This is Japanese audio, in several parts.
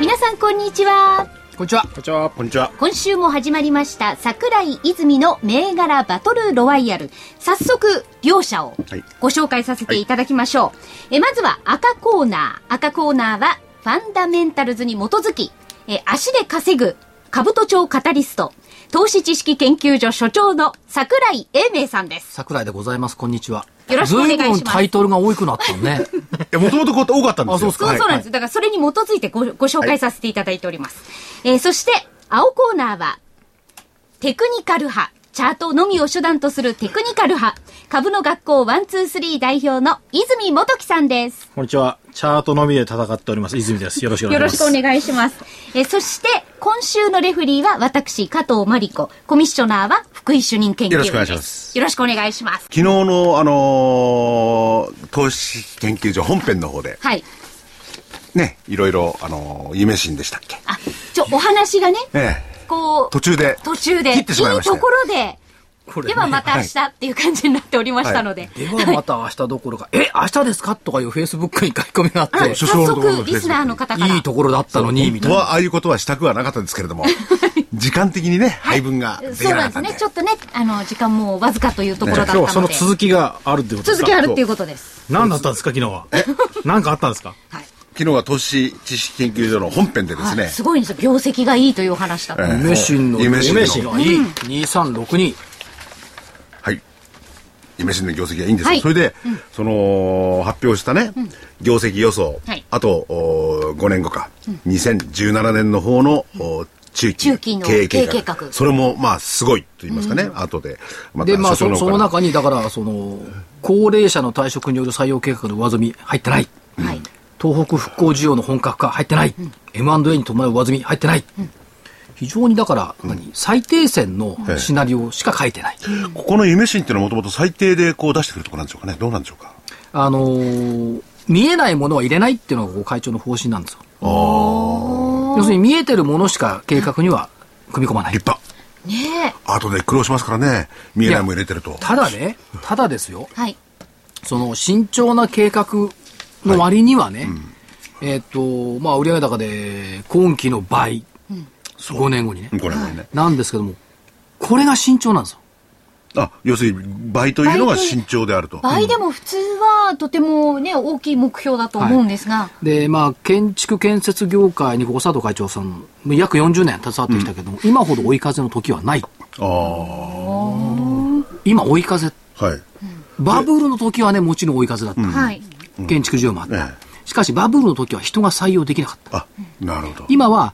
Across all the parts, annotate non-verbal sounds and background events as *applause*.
皆さんこんにちはこんにちはこんにちは。こんにちは。今週も始まりました桜井泉の銘柄バトルロワイヤル早速両者をはいご紹介させていただきましょう、えまずは赤コーナー赤コーナーはファンダメンタルズに基づきえ足で稼ぐ兜町カタリスト投資知識研究所所長の桜井英明さんです桜井でございますこんにちはよろしくお願いしますずぶんタイトルが多くなった *laughs* ねえ、もともとこう多かったんですよ。あそうそうなんです。だからそれに基づいてごご紹介させていただいております。えーそして、青コーナーは、テクニカル派、チャートのみを手段とするテクニカル派、株の学校123代表の泉元樹さんです。こんにちは。チャートのみで戦っております。泉です。よろしくおよ願ろいししくまおす。願いします。えーそして、今週のレフェリーは私、加藤真理子、コミッショナーは福井主任研究員です。よろしくお願いします。よろしくお願いします。昨日の、あのー投資研究所本編の方で、はい。ね、いろいろ、あのー夢心でしたっけ。あ、ちょ、お話がね、えこうえ、、途中で。途中で、い切いってしまいましたよところで、これねではまた明日っていう感じになっておりましたので、ではまた明日どころか、え、明日ですかとかいうフェイスブックに書き込みがあっあて、所早長のところ速のリスナーの方からいいところだったのに、みたい僕な。はああいうことはしたくはなかったんですけれども、時間的にね、配分ができそうななかんっですねたんで。ちょっとねあの時間もわずかというところだった今日はそのので続きがあるってことです続かきあるっていうことです何だったんですか、昨日 *laughs* は。何かあったんですかはい昨日は投資知識研究所の本編でですはねい、すごいんですよ業績がいいというお話だった、ええ夢心の夢心の夢心がいい。2362。はい。夢新の業績がいいんですよ、はいそれで、その発表したね、業績予想、はいあとお5年後か、2017年の方の、お中期中期の経営計画経営計画それもまあすごいと言いますかね、後でまで、まあ、所長そ方その中に、だから、その、高齢者の退職による採用計画の上積み入ってない。はい東北復興需要の本格化入ってない。M&A に伴う上積み入ってない。非常にだから、何最低線のシナリオしか書いてない。ここの夢新っていうのはもともと最低でこう出してくるところなんでしょうかねどうなんでしょうかあのー見えないものは入れないっていうのがこう会長の方針なんですよ。要するに見えてるものしか計画には組み込まない立。派ね後で苦労しますからね見えないも入れてるとただね、ただですよ、えはいその慎重な計画の割にはね、えーっ、と、まあ、売上高で今期の倍、5年後にね、うんこれもね、なんですけども、これが慎重なんですよ。あ要するに倍というのが慎重であると倍でも普通はとてもね大きい目標だと思うんですが、で、まあ、建築建設業界にここ佐藤会長さん、もう約40年携わってきたけども、今ほど追い風の時はない。あ今追い風。あはいバブルの時はね、もちろん追い風だった。はい建築需要もあった。えしかし、バブルの時は人が採用できなかった。あなるほど今は、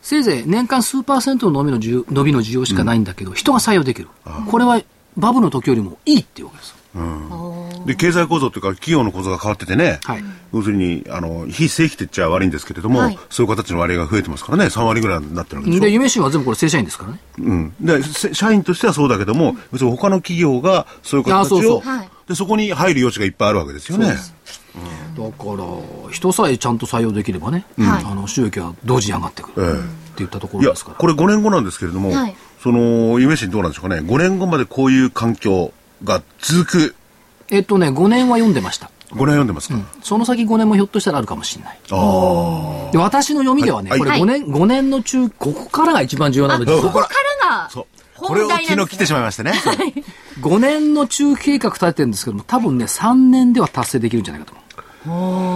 せいぜい年間数パーセントの伸びの需要伸びの需要しかないんだけど、人が採用できる。これはバブルの時よりもいいっていうわけです。で経済構造というか企業の構造が変わっててね、はい要するにあの非正規って言っちゃ悪いんですけれども、はいそういう形の割合が増えてますからね3割ぐらいになってるわけでしょで、夢新は全部これ正社員ですからね。うん、でせ社員としてはそうだけども別に他の企業がそういう形をあそうそうはいでそこに入る余地がいっぱいあるわけですよねだから、人さえちゃんと採用できればね、はいあの収益は同時に上がってくる。ええっていったとこいろやですから。これ5年後なんですけれども、はいその夢新どうなんでしょうかね5年後までこういう環境が続くえっとね、5年は読んでました。 5年読んでますか、その先5年もひょっとしたらあるかもしれない。あで私の読みではね、はいこれはい5年、五年の中、ここからが一番重要なので、あ実こはこからがあそうこ本れ題をなんです、昨ね、日来てしまいましてね5年の中期計画立ててるんですけども、多分ね、3年では達成できるんじゃないかと思う。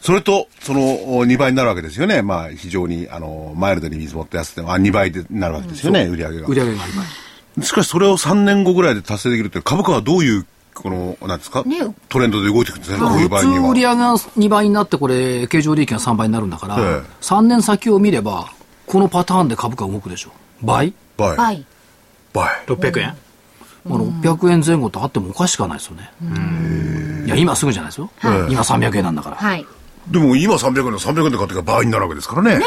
それと、その、2倍になるわけですよね。まあ、非常に、あの、マイルドに水持ってやつでも、あ、2倍になるわけですよね、売り上げが売。り上げがある場合。しかし、それを3年後ぐらいで達成できるって、株価はどういう、この、なんですか、ねトレンドで動いていくんですね、こうい普う場合通には。売上が2倍になってこれ経常利益が3倍になるんだから、ええ3年先を見ればこのパターンで株価動くでしょ倍、倍。倍倍。 ?600 円まあ、600円前後とあってもおかしくはないですよねいや今すぐじゃないですよ、はい今300円なんだから、はいでも今300円の300円で買ってから倍になるわけですからね。ね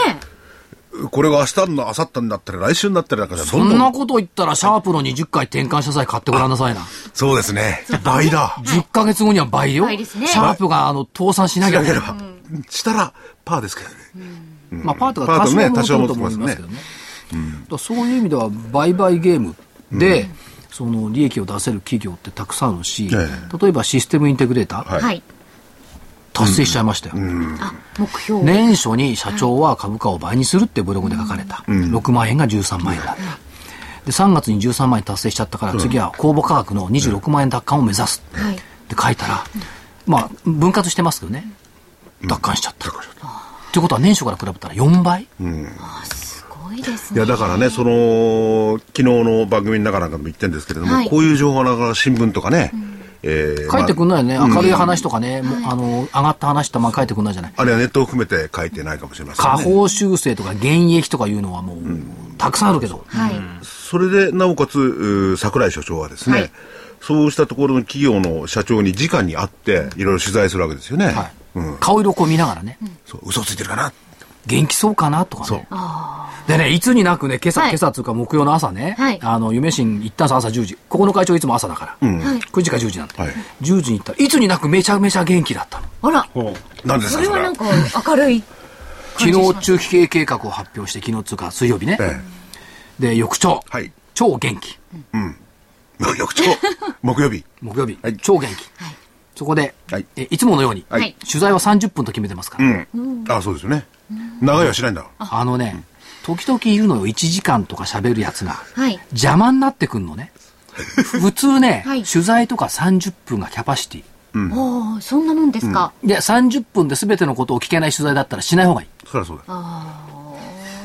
これが明日の、明後日になったり、来週になったりなんかじゃ、そどんどんん。なこと言ったら、シャープの20回転換した際買ってごらんなさいな。そうですね。倍だ。 10ヶ月後には倍よ。倍ですねシャープが、あの、倒産しなしけなれければ。ば。したら、パーですけどね。まあ、パートがパートね多少持ってると思いますけどね。だからそういう意味では、売買ゲームで、その利益を出せる企業ってたくさんあるし、え例えばシステムインテグレーター、はいはい。達成しちゃいましたよ。あ、目標。年初に社長は株価を倍にするってブログで書かれた、6万円が13万円だった、で3月に13万円達成しちゃったから次は公募価格の26万円奪還を目指すはいって書いたら、まあ分割してますけどね奪還しちゃった、ということは年初から比べたら4倍、すごいですいね。や、だからね、その、昨日の番組の中なんかでも言ってるんですけれども、はいこういう情報はなかなか新聞とかね、えー書いてくんまあないよね、明るい話とかね、もうあの上がった話とかまあ書いてくんないじゃないあれはネットを含めて書いてないかもしれません下ね。方修正とか減益とかいうのはもう、たくさんあるけど、はい。それで、なおかつ、うー桜井所長はですね、はいそうしたところの企業の社長に直に会って、いろいろ取材するわけですよね。はいうん。顔色をこう見ながらね、そう、嘘ついてるかな。元気そうかなとかねそう。でね、いつになくね、今朝、はい今朝っていうか木曜の朝ね、はいあの、夢新行ったんです朝10時。ここの会長いつも朝だから。はい9時か10時なんで。はい10時に行ったら、いつになくめちゃめちゃ元気だったの。あら、ほうなんですそか、れそはれなはん。か明るい。感じし昨ま日す中期経営計画を発表して、昨日っつうか水曜日ね。えで、翌朝、はい超元気。え。翌朝、木曜日。木曜日、はい超元気。そこで、はいえ、いつものように、はい取材は30分と決めてますから。うん。あ、そうですよね。長いはしないんだ。あのね、時々いるのよ、1時間とか喋るやつが。はい。邪魔になってくんの *laughs* ね。普通ね、はい取材とか30分がキャパシティ。おお、そんなもんですか。で、30分で全てのことを聞けない取材だったらしない方がいい。そりゃそうだ。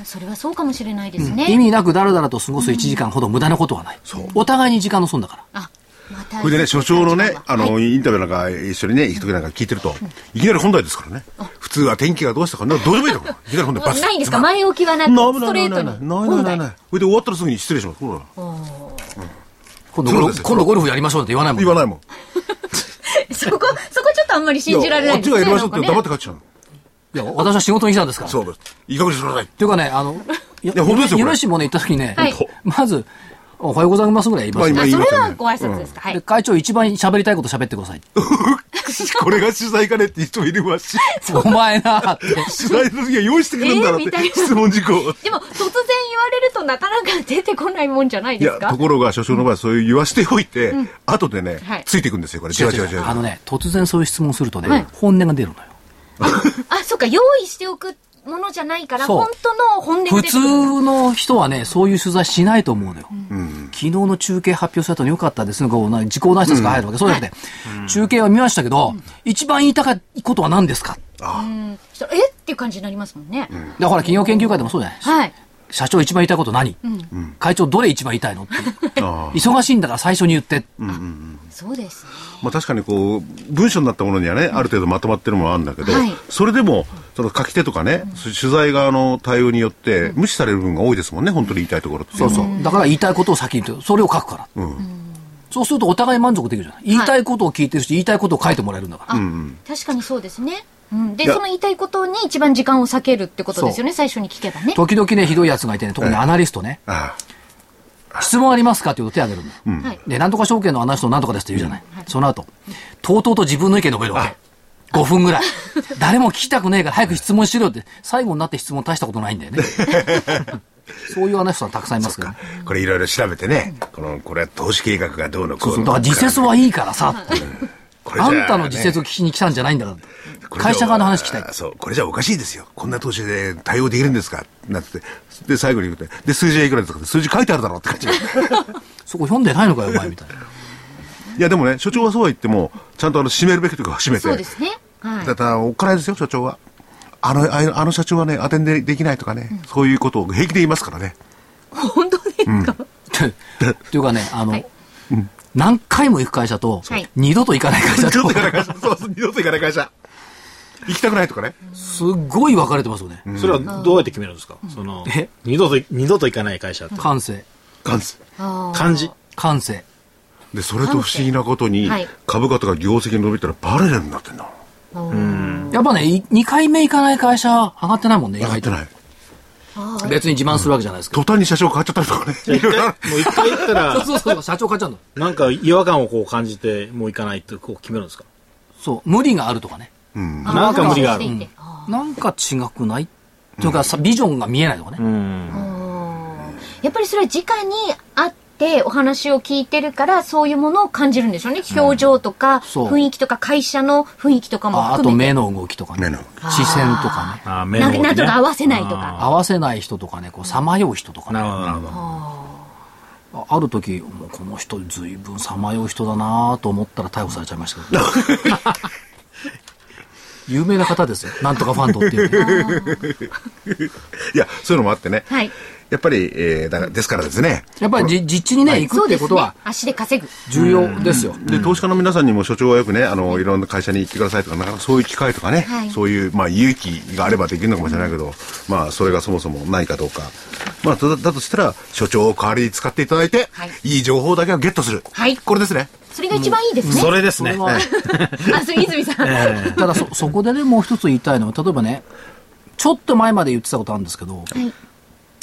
それはそうかもしれないです意ね。味なくだらだらと過ごす1時間ほど無駄なことはない。お互いに時間の損だから。あ、また。それでね、所長のね、あの、はいインタビューなんか一緒にね、行く時なんか聞いてると、いきなり本題ですからね。普通は天気がどうしたか、なんかどうでもいいとこ。いきなり本題バツないんですか前置きはなく、ないストレートに。ないないないないないない本ない題。それで終わったらすぐに失礼します。ほら今度ゴそうルですフ、よ今度ゴルフやりましょうって言わないもん。言わないもん。そこ、そこちょっとあんまり信じられないやあっでちすがね。やりましょうっなんてかね黙って帰っちゃうの。いや、私は仕事に来たんですから。そうです。いい加減にしてください。というかね、あの、いやいや本当ですよこれゆるしもね、行った時にね、はいまず、おはようございますぐらい言いましたよまあ、言いそまれすよねはご挨拶ですか。はでい。会長一番喋りたいこと喋ってください。これが取材かねって人もいるわし、 *laughs* お前なーって。取材の時は用意してくるんだなっえーみたいて、な質問事項。でも、突然言われるとなかなか出てこないもんじゃないいですや、かところが、所長の場合、そういう言わしておいて、後でねはい、ついていくんですよ、これ。違う違う違 *laughs* う。あのね、突然そういう質問するとね、はい本音が出るのよ。あ、そうか、用意しておくものじゃないから、そう本当の本音が普出てくる通の人はね、そういう取材しないと思うのよ。昨日の中継発表した後に良かったですね、こう、な自己内説が入るわけ。そうじゃなくて、中継は見ましたけど、一番言いたかいことは何ですかそしたらえっていう感じになりますもんね。だから企業研究会でもそうじゃないはい。社長一番言いたいこと何、会長どれ一番言いたいのって。 *laughs* あー忙しいんだから最初に言って。そうですね。まあ確かにこう、文章になったものにはね、ある程度まとまってるものはあるんだけどはい、それでも、その書き手とかね、取材側の対応によって、無視される部分が多いですもんね、本当に言いたいところって。そうそう。だから言いたいことを先に言って、それを書くから。そうするとお互い満足できるじゃない。言いたいことを聞いてるし、言いたいことを書いてもらえるんだから。あ、確かにそうですね。うん、で、いやその言いたいことに一番時間を避けるってことですよね、最初に聞けばね。時々ね、ひどいやつがいてね、特にアナリストね、あ質問ありますかって言うと手挙げるの。はい。で、なんとか証券のアナリストなんとかですって言うじゃない。その後、とうとうと自分の意見述べるわけ。5分 *laughs* ぐらい。誰も聞きたくねえから早く質問しろって、最後になって質問大したことないん *laughs* だよね。そういうアナリストはたくさんいますけど、ね。あこれいろいろ調べてね、この、これは投資計画がどうのそこううそう。の。だから自説はいいからさって。これじゃあねんたの自説を聞きに来たんじゃないんだから。これじゃ会社側の話聞きたい。そう、これじゃおかしいですよ。こんな投資で対応できるんですかなって。で、最後に言って、で、数字はいくらですかって数字書いてあるだろうって *laughs* 感じ。いそこ読んでないのかよ、お前みたいな。 *laughs* や、でもね、所長はそうは言っても、ちゃんとあの、締めるべきとこは締めて。そうですね。はいだ。から、おっかないですよ、所長は。あの、あのあの社長はね、アテンでできないとかね、そういうことを平気で言いますからね。本当ですか、ってっていうかね、あの、はい何回も行く会社と、はい二度と行かない会二社度とと行、かない会社。そうそう、二度と行かない会社。行きたくないとかね。すっごい分かれてますよね。それはどうやって決めるんですかそのえ、二度と、二度と行かない会社って。感性、ガンスあー漢字。感性。で、それと不思議なことにはい、株価とか業績が伸びたらバレるようになってんだ。あーいやっぱね、い2回目行かない会社、上がってないもんね、意上がっ外てと。ない。別に自慢するわけじゃないですけど。途端に社長変わっちゃったりとかね。いろいろあるもう一回行ったら、 *laughs* そうそうそう、社長買っちゃうんだ。なんか違和感をこう感じて、もう行かないってこう決めるんですかそう、無理があるとかね。あなんか無理があるしていてあなんか違くないというかさ、ビジョンが見えないとかね。うん。ーやっぱりそれは直に会ってお話を聞いてるから、そういうものを感じるんでしょうね。表情とか、そう雰囲気とか、会社の雰囲気とかもああ含とめ目て。の動きとかね目の動。視線とかね。あー目なのん動きかなんとね。か合わせないとか。合わせない人とかね、こう、さまよう人とかなね。るほど、なるほど。あある時、もうこの人ずいぶんさまよう人だなと思ったら逮捕されちゃいましたけど。有名な方ですよ。なんとかファンドっていうね。 *laughs* いや、そういうのもあってね。はい。やっぱり、えーだからですからですね。やっぱりじ実地にね、行そくっていうでうすことねは。足で稼ぐ。重要ですよ。で、投資家の皆さんにも所長はよくね、あの、いろんな会社に行ってくださいとか、なかなかそういう機会とかね、はいそういう、まあ、勇気があればできるのかもしれないけど、まあ、それがそもそもないかどうか。まあ、だだとしたら、所長を代わりに使っていただいて、はいい、い情報だけをゲットする。はいこれですね。それが一番いいですね。それですね。あ、それ泉さん。ただそ、そこでね、もう一つ言いたいのは、例えばね、ちょっと前まで言ってたことあるんですけど、い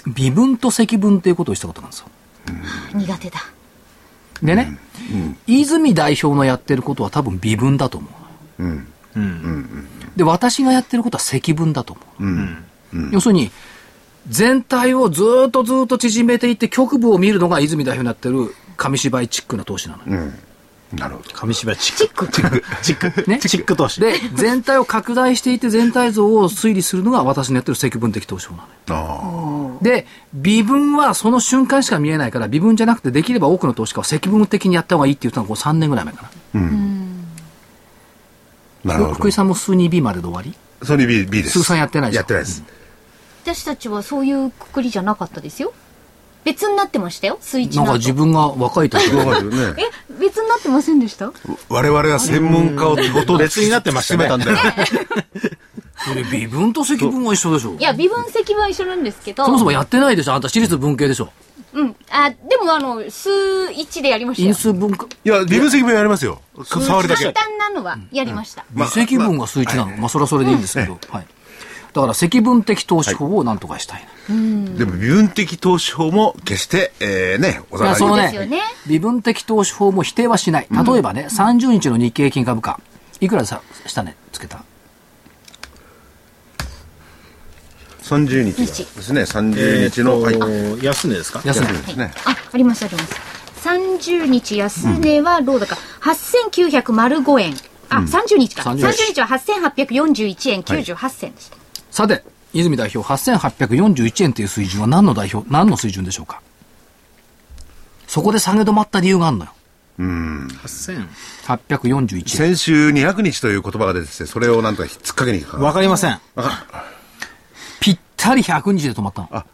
微分と積分っていうことをしたことなんですよ。苦手だ。でね、泉代表のやってることは多分微分だと思う。で、私がやってることは積分だと思う。要するに、全体をずーっとずーっと縮めていって、局部を見るのが泉代表になってる紙芝居チックな投資なのよ。なるほど。紙芝居チック。チック。チック。ねチック投資。で、全体を拡大していって全体像を推理するのが私のやってる積分的投資法なのよ。あで、微分はその瞬間しか見えないから、微分じゃなくてできれば多くの投資家は積分的にやった方がいいって言ったのがこう3年ぐらい前かあ。なな。るほ福井ど。さんも数 2B までで終わりそれ B, B です。通算やってないでしょやってないです。私たちはそういうくくりじゃなかったですよ。別になってましたよ、スイッチなんかの後自分が若い時わかるよね。え、別になってませんでした我々は専門家をこと別になってましたね突き詰めたんだよ。微分と積分は一緒でしょいや、微分積分は一緒なんですけど。そもそもやってないでしょあんた私立文系でしょうん。あ、でもあの、数1でやりました因よ。数分化いや、微分積分やりますよ。触りだけ簡。単なのはやりました。まあ微積分が数一なの、まあそれはそれでいいんですけど、はい、だから積分的投資法をなんとかしたいな、でも、微分的投資法も決して、えー、ね、おいや互いそのですよねね微分的投資法も否定はしない例えばね、30日の日経平均株価いくらさしたねつけた30日ですね、30え日の、はい、ーと、安値ですか安休値みですね。あ、ありました、ありました。30日安値はどうだか、8905円。あ、30日か。 30 30日は8841円98銭でした。さて泉代表8841円という水準は何の代表何の水準でしょうかそこで下げ止まった理由があるのよ8000。 841円先週200日という言葉が出てきて、それをなんとか引っ掛けにかかるわかりません。ぴったり100日で止まったのあ、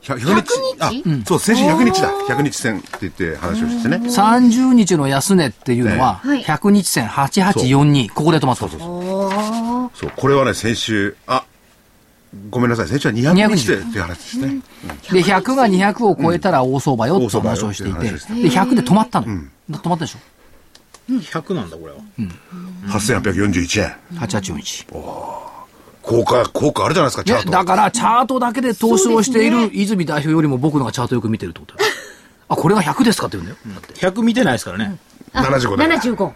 ひゃ100日100あ、そう、先週100日だ。100日線って言って話をしてね。 30日の安値っていうのは、ええはい100日線8842、ここで止まった。そう、これはね、先週、あ、ごめんなさい、先週は200日でっていう話ですね。で、100が200を超えたら大相場よって大相場よ話をしていて、ってで話をして、 100で止まったの。止まったでしょ100なんだ、これは。 8841円。 ?8841。効果、効果あるじゃないですか、チャーで、ト。だから、チャートだけで投資をしていそうるで泉代表よりも僕のがチャートよく見てるってことだよ *laughs* あ、これが100ですかって言うんだよ。だって100見てないですからね。あ75だから75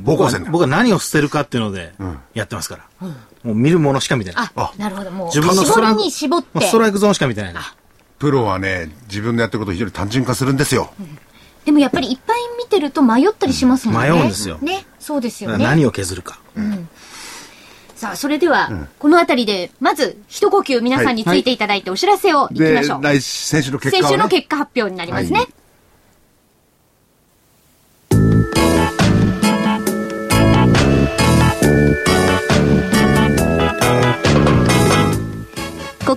暴行線だ。僕は何を捨てるかっていうので、やってますから。もう見るものしか見てない。あ、なるほど。もう、自分のスト絞ライりクに絞ってもう。ストライクゾーンしか見てないから。プロはね、自分のやってることを非常に単純化するんですよ。でもやっぱりいっぱい見てると迷ったりしますもんね。迷うんですよね。そうですよだから何ね。を削るか。さあ、それでは、このあたりで、まず、一呼吸皆さんについていただいてお知らせをいきまで、しょう。来週、先週の結先果週はのね。結果発表になりますね。はいこ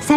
さ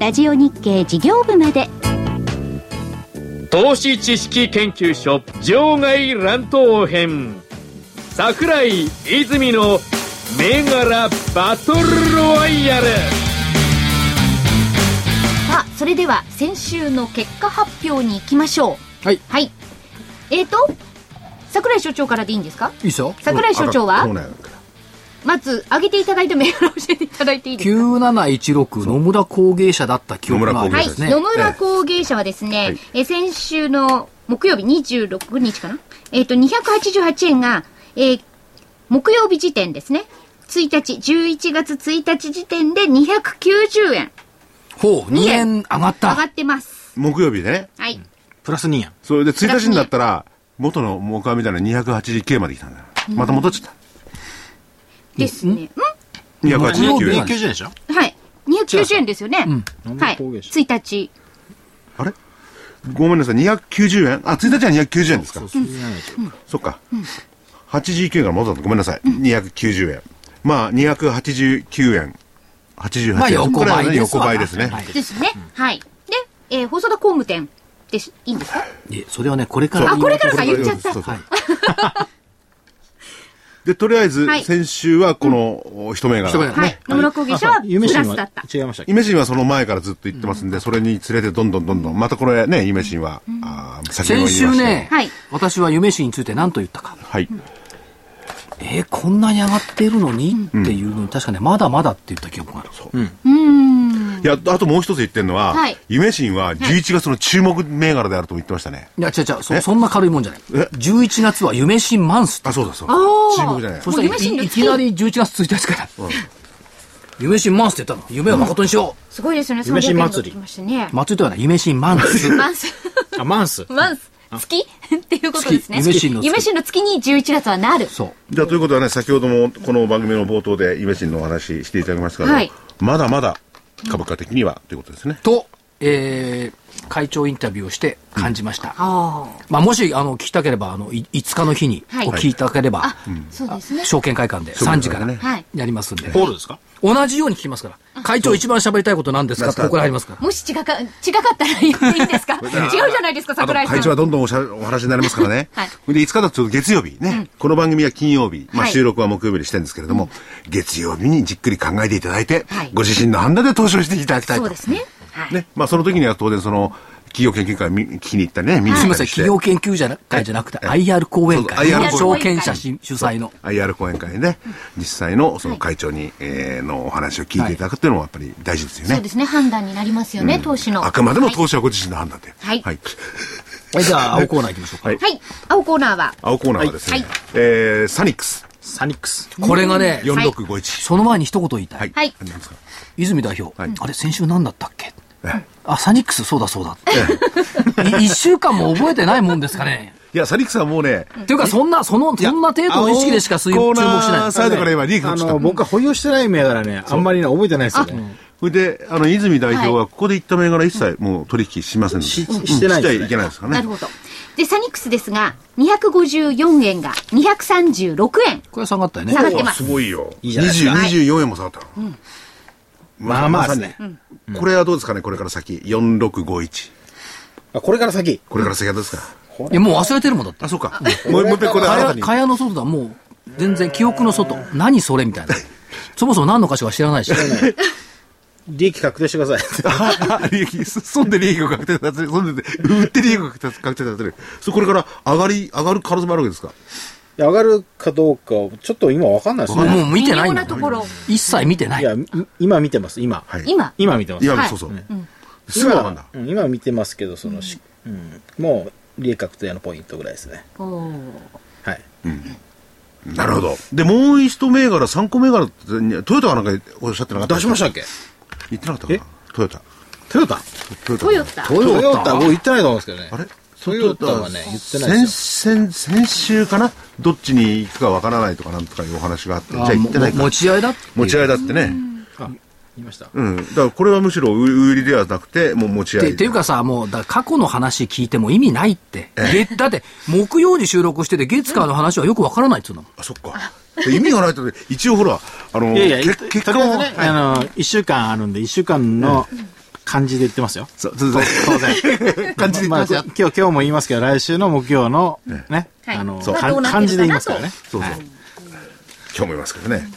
ラジオ日経事業部まで投資知識研究所場外乱闘編桜井泉の銘柄バトルロワイヤルさあそれでは先週の結果発表に行きましょうはいはいえーと櫻井所長からでいいんですかいいっすよ。櫻井所長はそうなんやまず挙げていただいた銘柄を教えていただいていいですか9716野村工芸社だった記憶がありまはい、すね。野村工芸社はですね、はいえー先週の木曜日26日かな、えっ、と、288円が、えー木曜日時点ですね、1日、11月1日時点で290円ほう、2円上がっ上がた。ってます。木曜日でね。はい。プラス2円。それで1日になったら、元の木曜みたいな289まで来たんだよ。また戻っちゃっですね。た。木曜289日円は。 290円でしょうんはい。290円ですよね。はい。工芸社1日。あれごめんなさい、290円あ、1日は290円ですか。そっか。89円から戻ったのごめんなさい。290円。まあ、289円。88円。まあ横これはばいねですわ横ばいですね。はいですね。はい。で、えー細田工務店です。いいんですかいえそれはね、これからあ、これからかこれ言っちゃった。そうそうはいで、とりあえずはい、先週はこの一銘柄一。銘柄はい。野村工芸社はプ夢ラ神スだはった。違いましたっけイメシンはその前からずっと言ってますんで、それにつれてどんどんどんどん、またこれね、イメシンは、あー先ほど先言いま週したね、はい私は夢市について何と言ったか。はい。えーこんなに上がってるのに、っていうのに、確かね、まだまだって言った記憶がある。うーん。いや、あともう一つ言ってるのははい、イメシンは11月の注目銘柄であるとも言ってましたね。いや、違う違う、そえそんな軽いもんじゃない。え11月は夢新マンスって。あ、そうだそうだ。あー注目じゃない。そしたらもう夢新のいい月きなり11月1日ですから。夢新マンスって言ったの。夢を誠にしよすごいですよね、夢300神円祭りが来ましたねう。。祭りではない、夢新マン *laughs* ス。マンス、あ、マンス。マンス、月っていうことですね。月夢神の月夢神の月に11月はなる。そう。じゃあということはね、先ほどもこの番組の冒頭でイメシンのお話ししていただきましたけど、はいまだまだ株価的にはということですね。と、えー会長インタビューをして感じました。あまあ、もし、あの、聞きたければ、あの、い5日の日に、はいお聞きいただければ、あ。あ、そうですね。証券会館で3時からねはい。やりますんで、ホールですか同じように聞きますから、会長一番喋りたいことなんですかってここから入りますから。もし違か、違かったら言っていいんですか *laughs* 違うじゃないですか、あと桜井さん。会長はどんどんおしゃお話になりますからね *laughs* 。はいで5日だと月曜日ね、この番組は金曜日、まあ、はい収録は木曜日にしてるんですけれども、月曜日にじっくり考えていただいて、はいご自身の判断で投資をしていただきたいと。そうですね。はい。ねまあ、その時には当然その企業研究会見聞きに行ったりね、見に行すみっまたせん、りして企業研究者会じゃなくて、IR 講演会、そうそう IR 証券者し主催の。 IR 講演会で実際のその会長に、えーのお話を聞いていただくっていうのもやっぱり大事ですよね。そうですね、判断になりますよね、投資の。あくまでもは投資はご自身の判断で。はいはいじゃあ、青コーナー行きましょうか。はいい。はい。青コーナーは、青コーナーはですね、はいえーサニックスサニックス。これがね、 4651。その前に一言言いたい。はい。はい何ですか泉代表、はいあれ、先週何だったっけえあ、サニックス、そうだそうだ。 *laughs* い一週間も覚えてないもんですか *laughs* ね。いや、サニックスはもうね、っていうか、そんな、その、そんな程度の意識でしか水注青目コしーナーない。サイドから言えば利益あ落ちたの、。僕は保有してない銘柄ね、あんまりね、覚えてないですよね。それで、あの、泉代表はここで言った銘柄一切もう取引しませんので。ししてないうんしちでゃすねいけないですからなるね。ほど。で、サニックスですが、254円が236円。これは下がったよね下。がってうわますす。ごいよ。いいじゃないですか20 24円も下がったの。まあまあですね。これはどうですかね、これから先。4651。あこれから先。これから先はどうですか。いや、もう忘れてるもんだって。あ、そうか。もうもう一回ここで蚊新た帳に。蚊帳の外だ、もう、 *laughs* 全然記憶の外。何それみたいな。そもそも何の歌詞か知らないし。利益確定してください。 *laughs* *laughs* あ利益、そそんで利益を確定させる。そんで、売って利益を確定させる。そう、これから上がり、上がる可能性もあるわけですかいや上がるかどうか、ちょっと今わかんないですもね。う見てないんだ微妙なところ。一切見てないい。や、み今見てます、今。はい今。今見てます。いや、はいそうそう。すぐ上がるんだ今。うん今見てますけど、そのし、うん、もう、利益確定のポイントぐらいですね。おーはい。なるほど。で、もう一銘柄、三個銘柄って、トヨタはなんかおっしゃってなかった出しましたっけ言ってなかったかなトヨタ。トヨタトヨトヨタ。トヨタ僕言ってないと思うんですけどね。あれトヨタはね、言ってないですよ。先、先、先週かなどっちに行くかわからないとかなんとかいうお話があって、じゃあ行ってないもか持。ち合いだっていう持ち合いだってね。あ、言いました。うん。だからこれはむしろ売売りではなくて、もう持ち合てい。ていうかさ、もう、だ過去の話聞いても意味ないって。月だって、木曜に収録してて、月火の話はよくわからないっつうの。あ、そっか。意味がないとね、一応ほら、あの、いやいや、いけと結と果りあえずも、ね、はいあの、一週間あるんで、一週間の感じで言ってますよ。そうそうそう当 *laughs* 然。感じで言ってまあ、ます今よ日、今日も言いますけど、来週の木曜の、ね、はいあの、そうかん漢字で言いますからね。そうそう。今日もいますけどね。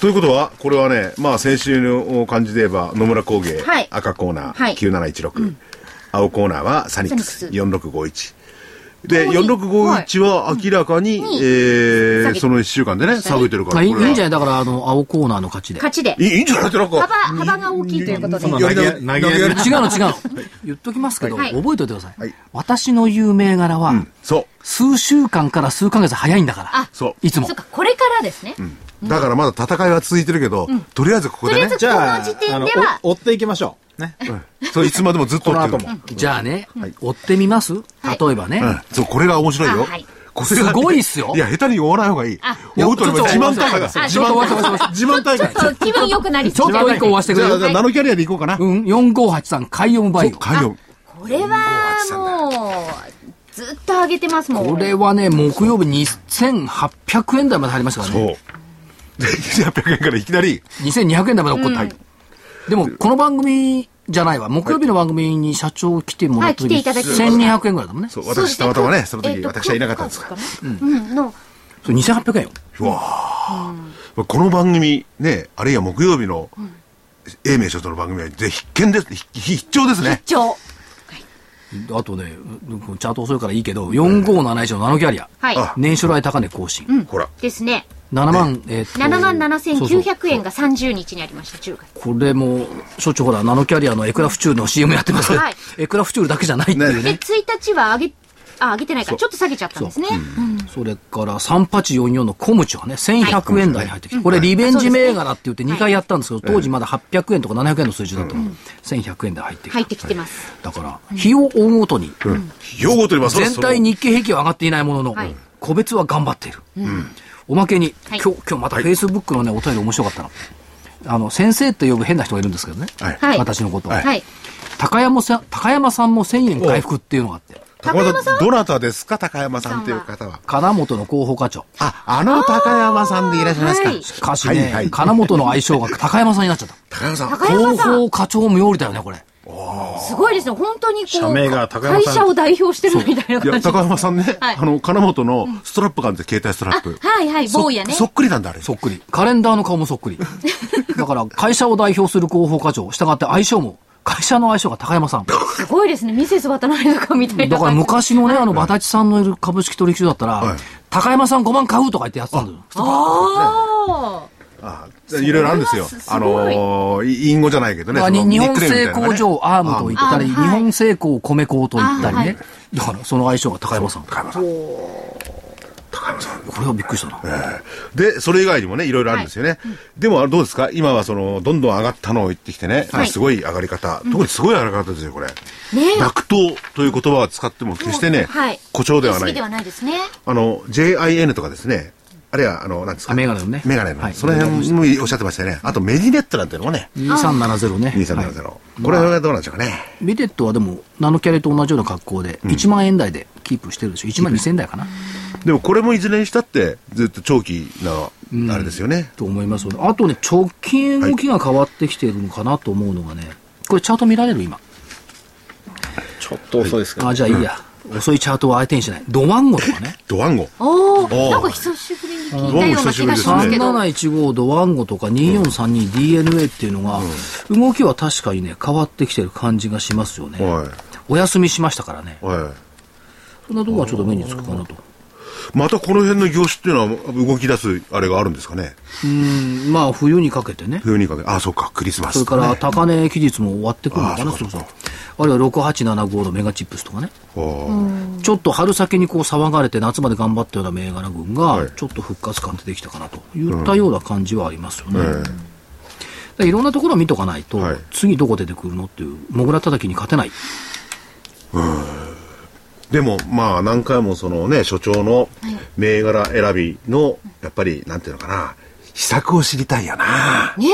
ということは、これはね、まあ先週の感じで言えば、野村工芸、はい赤コーナはいー9716、青コーナーはサニックスサニ4651。で、ともに4651は明らかに、にえ下ー、げその1週間でね、下げてるから。まあいいいこれはいんじゃないだから、あの、青コーナーの勝ちで。勝ちでい。いいいんじゃないってなんか。幅、幅が大きいということで。そんな投よりげ、投げ投げや投げやりり。違うの違うの。言っときますけど、はい覚えておいてください。はい私の有名柄は、うんそう。数週間から数ヶ月早いんだから。あそういつもそっ。か、これからですね。だからまだ戦いは続いてるけど、とりあえずこことでりあえねず、、じこゃのあ時点、あのでは、、お追っていきましょう。 *laughs* ね。そういつまでもずっことの追って後るも。じゃあね、追ってみます、はい例えばね。うん、そう、これが面白いよ。あはいこれがねすごいっすよいや、下手に追わない方がいいあ。追うとね、自慢大会だ。ち自ょあっと待って待慢って待って自慢大ち会。ょっと気分良くなりちょそっう。と一個追わせてくじれゃあ、るじゃあナノキャリアで行こうかな。うん、4583海洋バイオ。海洋。これは、もう、ずっと上げてますもん。これはね、木曜日2800円台まで入りましたからね。そう。 *laughs* で2800円からいきなり、 2200円台まで落っこった。でも、この番組じゃないわ。木曜日の番組に社長来てもらった時、はい来ていただきました1200円ぐらいだもんね。そそう、そし私、てたまたまね、そのえっ時、と私はいなかったんですが。うん、の、れ2800円よ。うわぁこの番組、ね、あるいは木曜日の、英明所との番組は、ぜひ必見です。ひ必聴ですね。上。あとね、チャート遅いからいいけど、4571以上のナノキャリア。はい。あ年初来高値更新。ほら。ですね。 7万、えっと7万7900円そうが30日にありました、10そ月。うこれも、所長ほら、ナノキャリアのエクラフチュールの CM やってますけどはいエクラフチュールだけじゃないっていうで、1ね。日は上げ、あ、上げてないから、ちょっと下げちゃったんですね。うんそれから、3844のコムチはね、1100円台に入ってきて、これリベンジ銘柄って言って2回やったんですけど、当時まだ800円とか700円の数字だったの。1100円で入って入き。っててきてます。だから、日を追うごとに、用語といえば、そろ全そろ体日経平均は上がっていないもののはい、個別は頑張っている。おまけに、今はい日、今日また Facebook のね、お便り面白かったの。あの、先生って呼ぶ変な人がいるんですけどね。はいはい。私のことを。はい。高山さん、高山さんも1000円回復っていうのがあって。高山さん、どなたですか高山さんという方は。金本の広報課長。あ、あの高山さんでいらっしゃいますか。はいしかしね、はいはい金本の愛称が高山さんになっちゃった。高山さん。高山広さん、報課長無理だよね、これ。すごいですね。本当にこう、社名が高山会さん社を代表してるみたいないや、感じ。高山さんね、はいあの、金本のストラップがあるんですよ携帯ストラップ。はいはい、そ坊やね。そっくりなんだ、あれ。そっくり。カレンダーの顔もそっくり。だから、会社を代表する広報課長、従って相性も、会社の相性が高山さん。だすごいですね。ミセス渡辺とかみたいな。から昔のね、あの、バタチさんのいる株式取引所だったら、はい高山さん5万買うとか言ってやってたんだよ。ああいろいろあるんですよそれは。すあのー、い隠語じゃないけどね。まあそにの日ニッ本クネーム製みたいなのが工ね場アームと言ったり、あ日ーはい本製工米粉と言ったりあーはいね。だから、その相性が高山さん。こ高山さん。高山さん。れはびっくりしたな。ええで、それ以外にもね、いろいろあるんですよね。でも、あれどうですか今はその、どんどん上がったのを言ってきてね、はいすごい上がり方、特にすごい上がり方ですよ、これ。ねえ落刀という言葉を使っても決してね、はい誇張では好なきいで。はないですね。あの、JIN とかですね、あるいは、あの、なんですか。あメガネのねメガネの。はいその辺もおっしゃってましたよね。あと、メディネットなんてのもね、 2370ね。 2370。はいこれはどうなんでしょうかね。メデットはでも、ナノキャレと同じような格好で、1万円台でキープしてるでしょ。1万2000台かな。でも、これもいずれにしたって、ずっと長期な、あれですよね。と思いますよね。あとね、直近動きが変わってきてるのかなと思うのがね、これチャート見られる今。ちょっと遅いですけどあ、。じゃあいいや。遅いチャートは相手にしない。ドワンゴとかね。ドワンゴ。おおおーなんか久しぶりに聞いたような気がしますけど。 3715ドワンゴとか 2432DNA っていうのが、動きは確かにね、変わってきてる感じがしますよね。はお休みしましたからねい。。はそんなとこがちょっと目につくかなと。い。またこの辺の業種っていうのは動き出すあれがあるんですかね。うん、まあ冬にかけてね。冬にかけあ、そっか、クリスマそスれとかね。ら高値期日も終わってくるのかあな、ーそそううかそう。あるいは6875のメガチップスとかね。おーちょっと春先にこう騒がれて夏まで頑張ったような銘柄群はがい、ちょっと復活感出てきたかなといったような感じはありますよね。えでいろんなところを見とかないと、はい次どこ出てくるのっていう、モグラ叩きに勝てない。えでも、まあ、何回もそのね、所長の銘柄選びの、やっぱり、なんていうのかな、秘策を知りたいやな。ね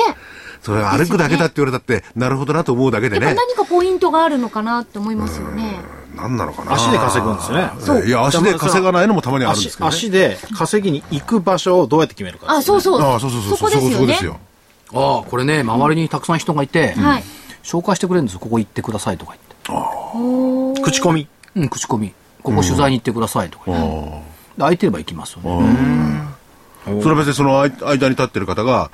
それは歩くだけだって言われたって、なるほどなと思うだけででもね。何かポイントがあるのかなって思いますよね。なんなのかな。足で稼ぐんですよね。いや、足で稼がないのもたまにあるんですけ足ど、ね。足で稼ぎに行く場所をどうやって決めるかですね、あ、そうそう。ああ、そうそうそう、そこそですそよこでねす。よ。ああ、これね、周りにたくさん人がいて、はい。紹介してくれるんですよ。ここ行ってくださいとかおー口コミ。言って。うん、口コミ。ここ取材に行ってくださいとか言って。で空いてれば行きますよね。それは別にその間間に立ってる方が、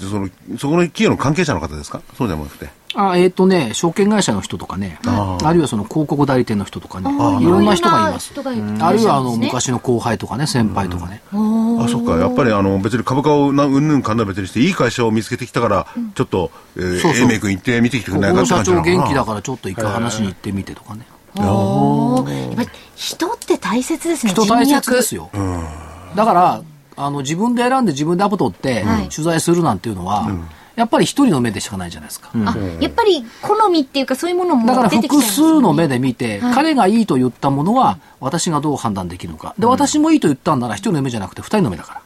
その、そこの企業の関係者の方ですかそうじゃなくて。あえっ、とね、証券会社の人とかね、あるいはその広告代理店の人とかね、いろんな人がいますい。ろんな人がいらあっるいしゃはあるんでのすね。昔の後輩とかね、先輩とかね。あ、そっか。やっぱりあの、別に株価をなうんぬんかんだ別にして、いい会社を見つけてきたから、ちょっと、えー、そうそう英明君行って見てきてくこれこないかのって社長感じなのかな。元気だからちょっと一回話しに行ってみてとかね。おーやっぱり人って大切ですね。人大切ですよ。よ。だから、あの、自分で選んで自分でアポ取ってはい、取材するなんていうのは、やっぱり一人の目でしかないじゃないですか。あ、やっぱり好みっていうかそういうものもだから出てきちゃい複ますね数の目で見て、はい彼がいいと言ったものは、私がどう判断できるのか。で、私もいいと言ったんなら、一人の目じゃなくて二人の目だから。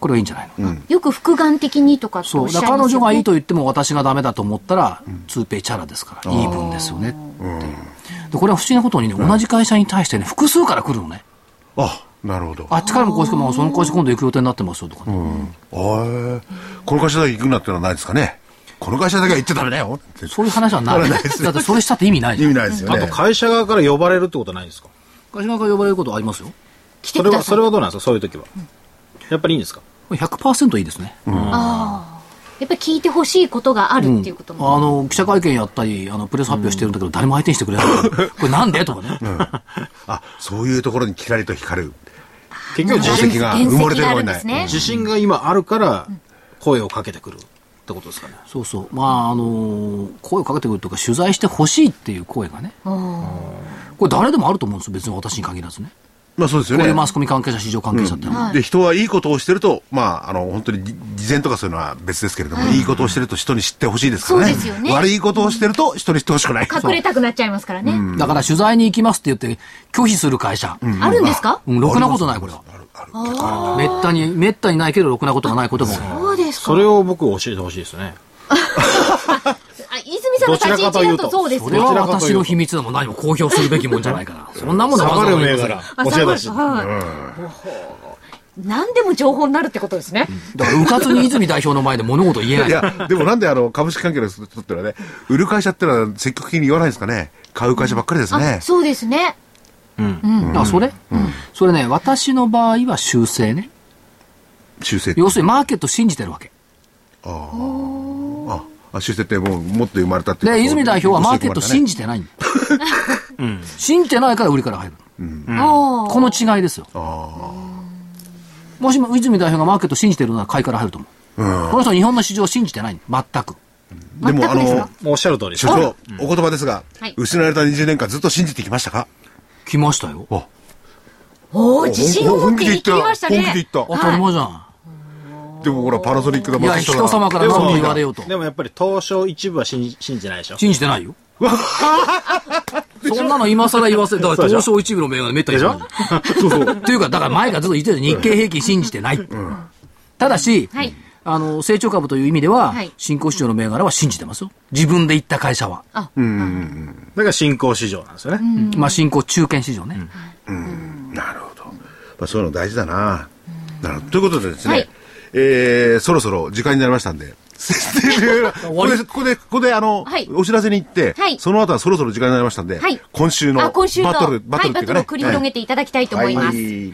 これはいいんじゃないのか。よく複眼的にとかってそおっう。しゃだいかまらすよ彼女ねがいいと言っても私がダメだと思ったら、ツーペイチャラですから、いい分ですよねっていう。で、これは不思議なことにね、同じ会社に対してね、複数から来るのね。あ、なるほど。あっちからもこうしても、その会社今度行く予定になってますよとかね。あーこの会社だけ行くなってのはないですかね。この会社だけは行っちゃダメだよって。そういう話はない。ないですだってそれしたって意味ないじ意ゃん。味ないですよあね。と会社側から呼ばれるってことはないんですか会社側から呼ばれることありますよ。来てそれくは、ださそいれ。はどうなんですかそういう時は。やっぱりいいんですかこれ100%いいですね。あーやっぱり聞いてほしいことがあるっていうことも。あの、記者会見やったり、あの、プレス発表してるんだけど、誰も相手にしてくれない。 *laughs* これなんでとかね。あ、そういうところにキラリと光る。結局自宝石信、が原埋も石れてるがあのるにんなでいす。ね。自信が今あるから声をかけてくるってことですかね。そうそう。まあ、あの、声をかけてくるというか、取材してほしいっていう声がね。これ誰でもあると思うんですよ。別に私に限らずね。まあそうですよこうね。いうマスコミ関係者、市場関係者ってのは。で人はいいことをしてると、まあ、あの本当に偽偽善とかそういうのは別ですけれども、いいことをしてると人に知ってほしいですからねそうですよね悪いことをしてると人に知ってほしくない、隠れたくなっちゃいますからね。だから取材に行きますって言って、拒否する会社。あるんですかうん、ろくなことない、これは。めったに、めったにないけど、ろくなことがないことも多い。そうですかそれを僕教えてほしいですね。あ泉さんの立ち位置だとそうですそねれ。はどちらかと私いうとの秘密でも何も公表するべきもんじゃないから。そんなもんでわざわざ言いませんあそうですはい何でも情報になるってことですね。だから、うかつに泉代表の前で物事言えないい。やでもなんであの株式関係の人ってのはね売る会社ってのは積極的に言わないんですかね買う会社ばっかりですねあ、そうですね。あ、それ、それね、私の場合は修正ね。修正って要するにマーケット信じてるわけ。ああ修正ってもうもっと生まれたっていうかで、泉代表はマーケット信じじてないんだ。信じてないから売りから入る。あこの違いですよ。もしも泉代表がマーケット信じてるなら買いから入ると思う。この人は日本の市場を信じてない。全く。でも全あくですのかもうおっしゃる通りです所。長お言葉ですが、はい失われた20年間ずっと信じてきましたか来ましたよ。あおお、自信を持って言い切りましたね。本気で言っ当たり前じゃん。でもほらパナソニックがいや、負けたら人様から何も言われようと。でもやっぱり東証一部は信じ信じないでしょ。信じてないよ。そんなの今更言わせ、だから東証一部の銘柄めったにしないそうそうっていうか、だから前からずっと言ってたよ日経平均信じてない。ただし、はいあの、成長株という意味では、はい新興市場の銘柄は信じてますよ。自分で行った会社は。だから新興市場なんですよね。まあ、新興中堅市場ね。なるほど。まあ、そういうの大事だな。なるほどということでですね、はいえー、そろそろ時間になりましたん *laughs* で、設定終了ここで、ここで、ここで、あの、はいお知らせに行って、はいその後はそろそろ時間になりましたんで、はい今週のあ、今週の、バトル、バはトい、ルってバいうトかルねを。繰り広げていただきたいと思いまはす。い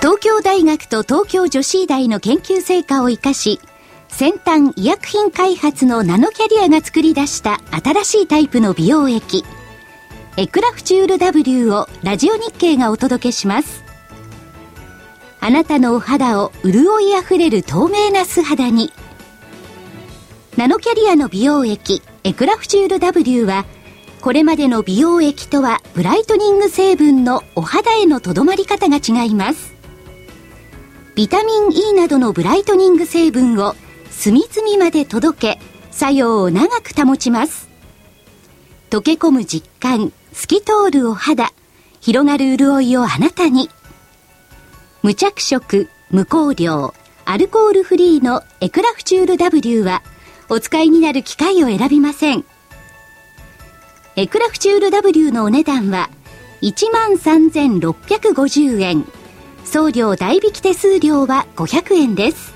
東京大学と東京女子医大の研究成果を生かし先端医薬品開発のナノキャリアが作り出した新しいタイプの美容液エクラフチュール W をラジオ日経がお届けしますあなたのお肌を潤いあふれる透明な素肌にナノキャリアの美容液エクラフチュール W はこれまでの美容液とはブライトニング成分のお肌へのとどまり方が違いますビタミン E などのブライトニング成分を隅々まで届け作用を長く保ちます溶け込む実感透き通るお肌広がる潤いをあなたに無着色無香料アルコールフリーのエクラフチュール W はお使いになる機会を選びませんエクラフチュール W のお値段は13,650円送料代引き手数料は500円です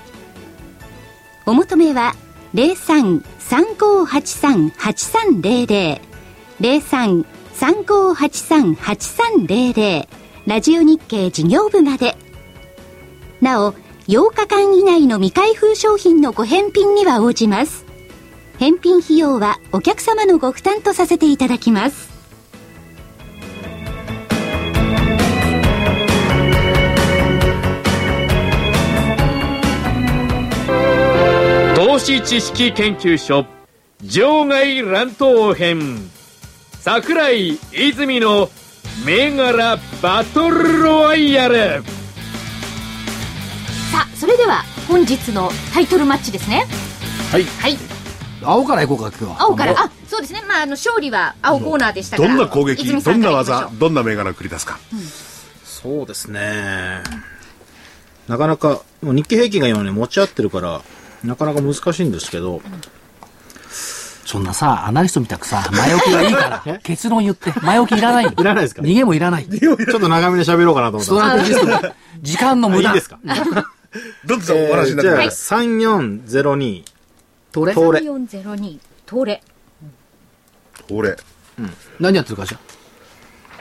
お求めは03-3583-8300 03-3583-8300ラジオ日経事業部までなお8日間以内の未開封商品のご返品には応じます返品費用はお客様のご負担とさせていただきます投資知識研究所場外乱闘編桜井泉の銘柄バトルロワイヤルさあそれでは本日のタイトルマッチですねはいはい青から行こうか、今日は。青から、あ、そうですね。まあ、あの、勝利は青コーナーでしたかどら。んな攻撃、泉さどんなからいき技ましょ、どんな銘柄を繰り出すか。そうですね。なかなか、もう日経平均が今ね、持ち合ってるから、なかなか難しいんですけど、そんなさ、アナリストみたくさ、前置きがいいから、結論言って、前置きいらないよ。いらないですか逃げもいらない。 *laughs* ちょっと長めに喋ろうかなと思っスたんトラテジですストが時間のあい無い駄。ですかどんどんお話えーになっじてくゃあ、ださい3402。トレトレ3402、トレ。俺、何やってるかしら。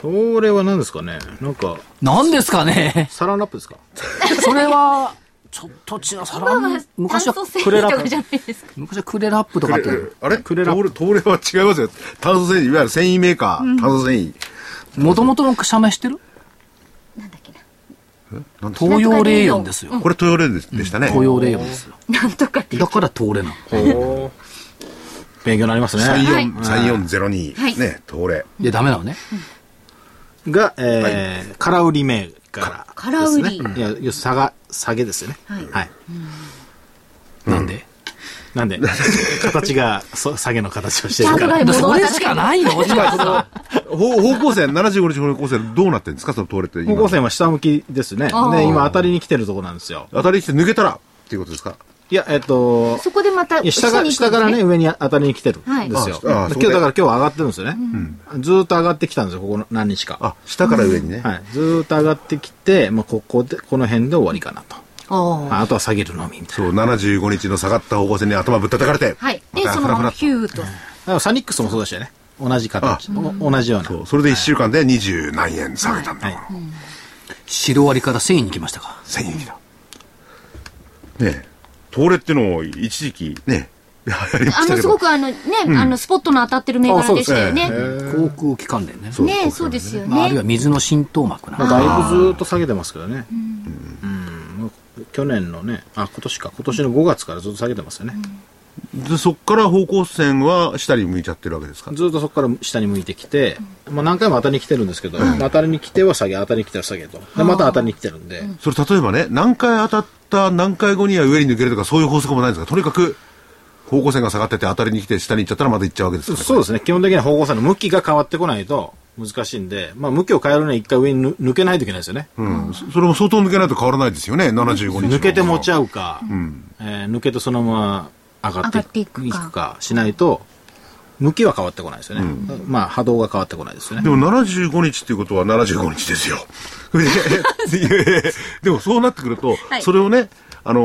東レは何ですかねなんか、何ですかねサランラップですかそれは、ちょっと違う、さらまあまあに、、昔は炭、素繊維とかじゃないですか。昔はクレラップとかあっれて、あれクレラ東レ東レは違いますよ。炭素繊維、いわゆる繊維メーカー、炭素繊維。もともとの社名知ってるなんだっけな。なんですか東洋レーヨンですよ。これ東洋レーでしたね。東洋レーヨンですよ。なんとかって。だから東レなの。ほう。勉強になりますね。 34 3402、はいね、東レ。で、ダメなのね。が、えー、空売り銘柄ですね。空売りいや、要するに下が、下げですよね。はいはい。なんでなん *laughs* で、形が、そ下げの形をしてる危かなら。いものそれしかないよ、落ちは。ほ方向線、75日方向線、どうなってるんですか、その東レって今。方向線は下向きですね。で、あー今当たりに来てるとこなんですよ。当たりして抜けたらっていうことですか。いや、えっと、そこでまたいや下が、に行く下んでかすらね、ね。上に当たりに来てるんですよ。はいああで今日、そうだだかよら今日は上がってるんですよね。ずーっと上がってきたんですよ、ここ何日か。あ、下から上にね。はい。ずーっと上がってきて、まあ、ここで、この辺で終わりかなと。ああああとは下げるのみ、みたいな。そう、75日の下がった方向線に頭ぶったたかれて。はい。まで、たそフのラまフラまヒと。ューと。だからサニックスもそうでしたよね。同じ形。お同じような。そう、それで1週間で二十何円下げたんだから。シロアリから繊維に来ましたか。 1000円だ。ねえ、東レってのを一時期、ね、やりまあしたの、けすどご。くあの、ね、あの、スポットの当たってる銘柄でしたよね。航空機関連ね。ね、そうですよまあ、あるいはね。水の浸透膜なまあ、だいぶずーっと下げてますけどね。うん去年のね、あ、今年か。今年の5月からずっと下げてますよね。で、そっから方向線は下に向いちゃってるわけですか。ずっとそこから下に向いてきて、まあ、何回も当たりに来てるんですけど、当たりに来ては下げ、当たりに来ては下げと。で、また当たりに来てるんで、それ例えばね、何回当たった何回後には上に抜けるとかそういう法則もないんですかとにかく方向線が下がってて当たりに来て下に行っちゃったらまた行っちゃうわけですから。そうですね、基本的には方向性の向きが変わってこないと難しいんで、まあ、向きを変えるには一回上にぬ抜けないといけないですよね。うん。そそれも相当抜けないと変わらないですよね、75日。抜けて持ちう。合うか、えー抜けてそのまま上がってい上がっていくかしないと、向きは変わってこないですよね。まあ、波動が変わってこないですよでね。も75日っていうことは75日ですよ。 *laughs* でもそうなってくると、いそれをね、あの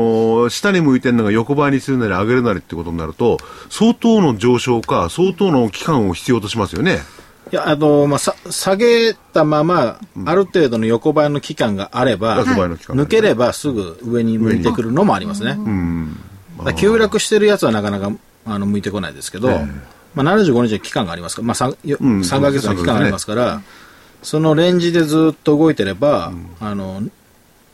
ー下に向いてるのが横ばいにするなり上げるなりってことになると、相当の上昇か、相当の期間を必要としますよね。いや、あの、まあ、さ下げたまま、ある程度の横ばいの期間があれば、横ばいの期間が抜ねければすぐ上に向いてくるのもありますね。だから急落してるやつはなかなかあの向いてこないですけど、まあ、75日の期間がありますから、まあ、3, よん3ヶ月の期間がありますから、そのレンジでずっと動いてれば、あの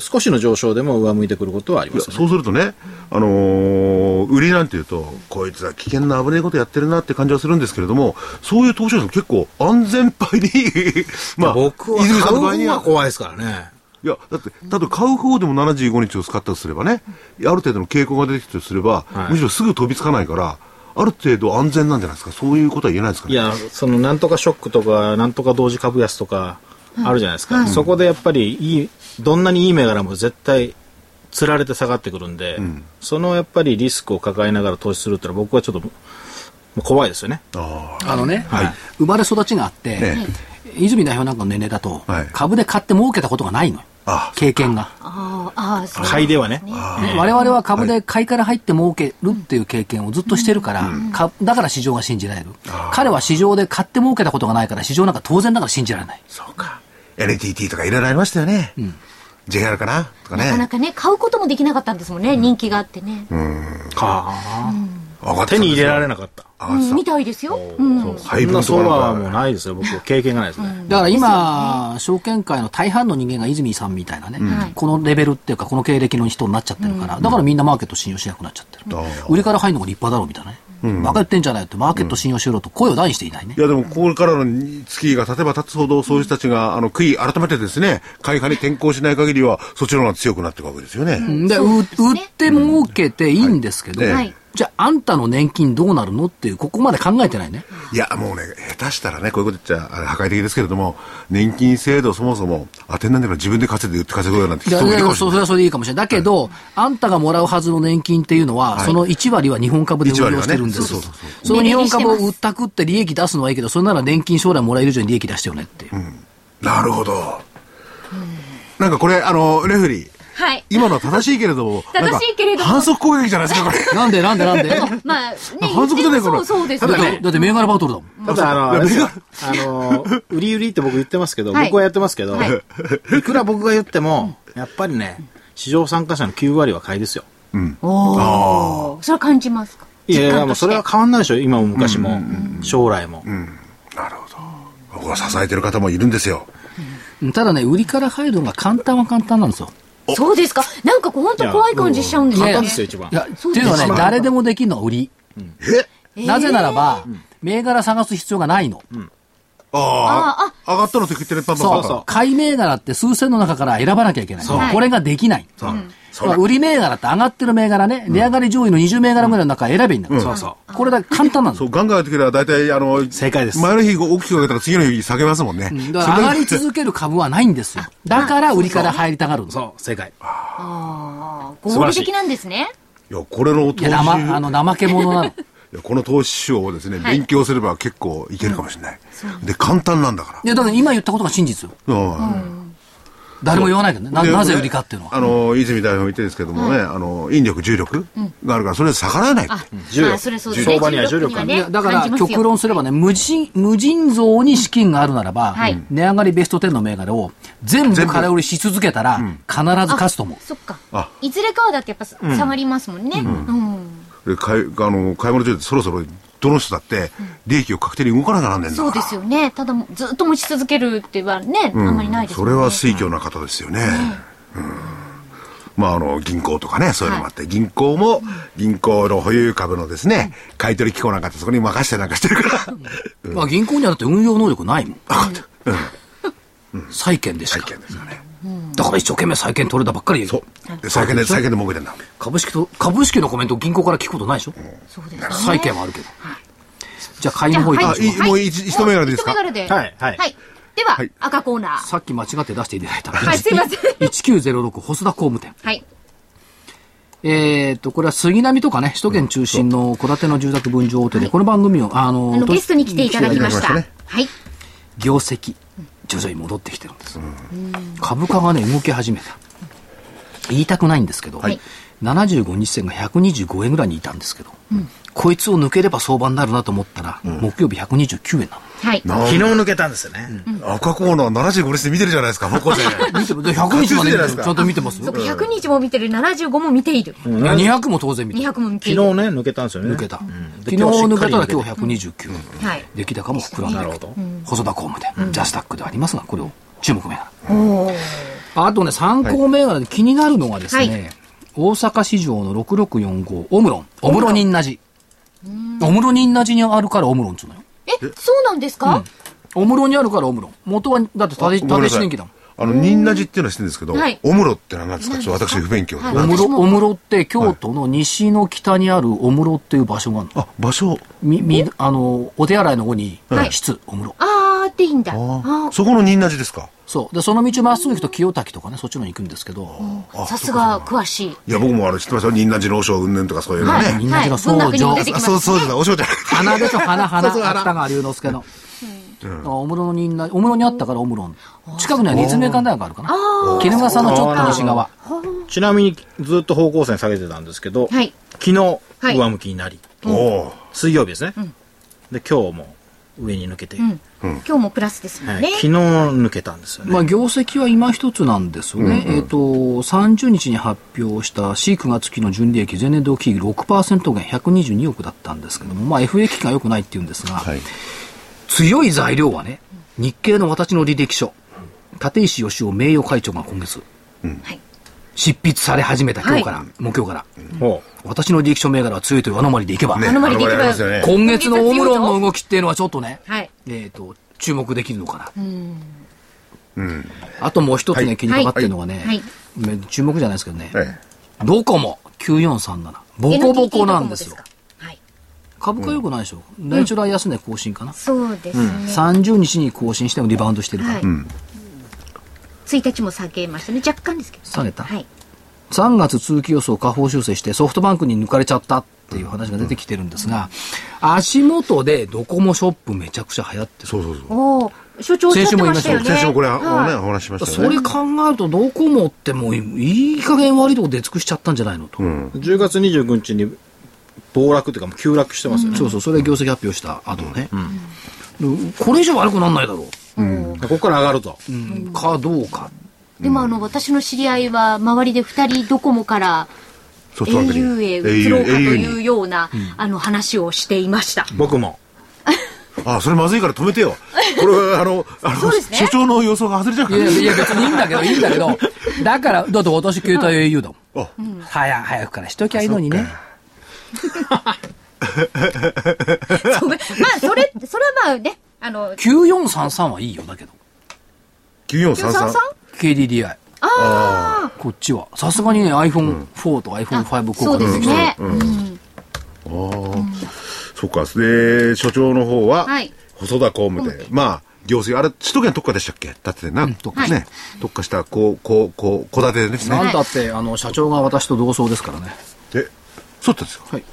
少しの上昇でも上向いてくることはありいまやすよねそうするとね、あのー売りなんていうと、こいつは危険な危ないことやってるなって感じはするんですけれども、そういう投資者も結構安全牌に、 *laughs* まあ、僕は泉さんの場合買うに方が怖いですからね。いや、だって、ただ買う方でも75日を使ったとすればね、ある程度の傾向が出てきたとすれば、はいむしろすぐ飛びつかないから、ある程度安全なんじゃないですか。そういうことは言えないですかいね。や、そのなんとかショックとか、なんとか同時株安とか、あるじゃないですか、そこでやっぱりいい、どんなにいい銘柄も絶対、つられて下がってくるんで、そのやっぱりリスクを抱えながら投資するってのは、僕はちょっともう怖いですよね。ああのね、生まれ育ちがあって、え泉代表なんかの年齢だと、はい株で買って儲けたことがないのよあ経験が。ああ、ああ、そう。買いではね。我々は株で買いから入って儲けるっていう経験をずっとしてるから、かだから市場が信じられる。彼は市場で買って儲けたことがないから、市場なんか当然だから信じられない。そうか。NTT とかいろいろありましたよね。JR かなとかなかなね。かね、買うこともできなかったんですもんね、人気があってね。上がって手に入れられい。なかった。上がうっん、てみたいですよ。うん。た。そう、そ配ん分なとか相なん場かはもうないですよ、 *laughs* 僕、経験がないですね。だから今、証券界の大半の人間が泉さんみたいなね、はいこのレベルっていうか、この経歴の人になっちゃってるから、だからみんなマーケット信用しなくなっちゃってる。あ売りから入るのが立派だろうみたいなね。馬鹿言ってんじゃないよって、マーケット信用しろと声を大にしていないねい。やでも、これからの月が経てば経つほど、そういう人たちが、あの、悔い、改めてですね、買い派に転向しない限りは、そっちの方が強くなっていくわけですよね。で、そう売ですねって儲けていいんですけど、はいはいじゃあ、あんたの年金どうなるのっていう、ここまで考えてないね。いや、もうね、下手したらね、こういうこと言っちゃ、あれ、破壊的ですけれども、年金制度そもそも、当てになんだから自分で稼いで売って稼ぐようなんていや人もいるかもしそれそなれい。はそれでいいかもしれない。だけど、あんたがもらうはずの年金っていうのは、その1割は日本株で運用してるんです。一割はねそうそうその日本株を売ったくって利益出すのはいいけど、それなら年金将来もらえる以上に利益出してよねっていう。なるほど。なんかこれ、あの、レフェリー、はい。今のは正しいけれども、正しいけれどもなんか反則攻撃じゃないですか、これ。 *laughs* なんでなんでなんでだってまあ、ね、反則じゃないかそらうそうですだよっねて、。だって銘柄バトルだもん。ただ、あの、あれですよあの、売り売りって僕言ってますけど、はい僕はやってますけど、はいいくら僕が言っても、やっぱりね、市場参加者の9割は買いですよ。おお。それは感じますかいやい実や、感もとうしてそれは変わんないでしょ、今も昔も、将来も。なるほど。僕は支えてる方もいるんですよ。うんただね、売りから入るのが簡単は簡単なんですよ。そうですか。なんかこう本当怖い感じしちゃうんですよ簡ね。単ですよ、一番い。や、ってそうでいすうのかはね、誰でもできるのが売り。えーなぜならば、銘柄探す必要がないの。ああ、上がったのって言ってるパンパンパそンうパンそう。買い銘柄って数千の中から選ばなきゃいけない。はいこれができない。まあ売り銘柄って上がってる銘柄ね、値上がり上位の20銘柄ぐらいの中選べばいいんだから。そうそう。これだけ簡単なんだそう、ガンガンやってくれば大体、あの、正解です前の日大きく上げたら次の日下げますもんね。だから上がり続ける株はないんですよ。だから売りから入りたがるの。いそう、正解。あー合理的なんですね。いや、これの投資や、生、あの、怠け者なの。いやこの投資手法をですね、はい勉強すれば結構いけるかもしれない。で、簡単なんだから。いや、だから今言ったことが真実よ。うん誰も言わないけどね。なでなぜ売りかっていうのは。あの、泉代表も言ってるんですけどもね、あの、引力、重力があるから、それに逆らえないって。あ、重力まあそれそうですね。相場には重力が重あるいねやだか感じらますよ極論すればね、無人、無尽蔵に資金があるならばはい、値上がりベスト10の銘柄を全部空売りし続けたら、必ず勝つと思う。そっかあ。いずれかはだってやっぱ下がりますもんね。うん。で買い、あの、買い物中でそろそろ、どの人だって、利益を確定に動かなきゃなんねんだかそら。うですよね。ただもうずっと持ち続けるってはね、あんまりないですそもんれね。は推挙な方ですよね。うんまあ、あの、銀行とかね、そういうのもあって、銀行も、銀行の保有株のですね、買い取り機構なんかってそこに任せてなんかしてるから、まあ銀行にはだって運用能力ないもん。債券でし債か。券ですよね。だから一生懸命債券取れたばっかり。そう。で、債券で、債券で儲けてんだ。株式と、株式のコメントを銀行から聞くことないでしょそうですね。債券はあるけど。じゃあ買いの方行きまあしょういもう一一銘柄でいいですか一銘柄で。はいはいはい。でははい、赤コーナー。さっき間違って出していただいた。はいすいません1906細田工務店。はい。えっと、これは杉並とかね、首都圏中心の戸建ての住宅分譲大手で、この番組を、ああのの、ゲストに来ていただきまし来ていたた。だきはい。業績、徐々に戻ってきてるんです。株価がね、動き始めた。言いたくないんですけど、はい75日線が125円ぐらいにいたんですけど、こいつを抜ければ相場になるなと思ったら、木曜日129円なの。はい。昨日抜けたんですよね。赤コーナー75日で見てるじゃないですか、*laughs* 方向性。見て100日まで見てる勝ち筋じゃないですちかゃんと見てますそっか、100日も見てる、75も見ている。いや200も当然見てる200も見て昨い日る。ね、抜けたんですよね。抜けた、昨で日抜けたら今今日日129円、はい。出来高も膨らんでなるいほくど細田公務で、ジャスタックではありますがこれを注目銘柄、あとね参考銘柄で気になるのがですね、はい大阪市場の6645オムロンオムロニンナジオムロニンナジにあるからオムロンっつうのよえ、そうなんですかオムロにあるからオムロン元はだって立て立てし人気だもんあの、ニンナジっていうのは知ってるんですけどはい、オムロってのは何ですかちょっと私不勉強で。はいオムロ私もオムロって京都の西の北にあるオムロっていう場所があるの、あ、場所。みみあのお手洗いの方にはい室オムロあーっていいんだ。ああそこのニンナジですかそうでその道まっすぐ行くと清滝とかねそっちの方に行くんですけどーさすが詳しい。いや、僕もあれ知ってますよ。ニンナジの和尚云々とかそういうのはい。ね。みんなは違い。う文学にも出てきあますそう、そうじゃない、和尚じゃない。花でしょ花 *laughs* 花そうそう花芥川龍之介の、あオムロになオムロにあったからオムロン近くには立命館大学があるかな衣笠のちょっと西側今日ちなみにずっと方向線下げてたんですけど、はい昨日、い上向きになり、おー水曜日ですね。で、今日も上に抜けて、ん今日もプラスですもはんいね。昨日抜けたんですよね。まあ、業績は今一つなんですよね、えっ、と30日に発表したシークが月の純利益前年同期比6%減122億だったんですけども、まあ、FX が良くないっていうんですが、はい。強い材料はね、日経の私の履歴書、立石義雄名誉会長が今月、はい執筆され始めた、今日から、もう今日から、ほ私の履歴書銘柄は強いというアノマリでいけば、ねあのまりできあのまりありばますよね今月のオムロンの動きっていうのはちょっとね、はい。えっ、と、注目できるのかな。あともう一つね、気にかかってるのがね、はいめ注目じゃないですけどね、えドコモ9437、ボコボコなんですよ NTT ドコモ。か。はい。株価良くないでしょ。ナチュラル安値更新かな。そうですね。 30日に更新してもリバウンドしてるから、はい。1日も下げましたね。若干ですけど。下げたはい。 3月通期予想下方修正してソフトバンクに抜かれちゃったっていう話が出てきてるんですが、足元でドコモショップめちゃくちゃ流行ってる。そうそうそう。おお、所長おっしゃってましたよね。先週もこれ、あはいね、お話ししましたそよれね。考えるとドコモってもういい加減悪いとこ出尽くしちゃったんじゃないのと。う。10月29日に暴落というか、もう急落してますよね。そうそう、それ業績発表した後ね。でこれ以上悪くならないだろここから上がると。う、うんかどうか。でもあの、私の知り合いは、周りで二人ドコモからソフトバンクに au へ移ろうかというような、あの、話をしていました。僕も。あ、それまずいから止めてよ。これ、あの、あ *laughs* その、うですね所長の予想が外れちゃういかやら。いや、別にいいんだけど、いいんだけ *laughs* ど、だから、だって私携帯 au だもん。あ、早、早くからしときゃいいのにね。そうまあ、それ、それはまあね、あの、 9433はいいよ、だけど。さんさん9433。 KDDI。あこっちは。さすがにね、iPhone4 とあ、 iPhone5 交そう換ですきね。うんそっか。で、所長の方ははい、細田工務で、まあ、行政、あれ、首都圏特化でしたっけだってな、ね、特化特化した、こう、こう、こう、戸建てですなね。んだって、あの、社長が私と同窓ですからね。え、そうだったんですかはい。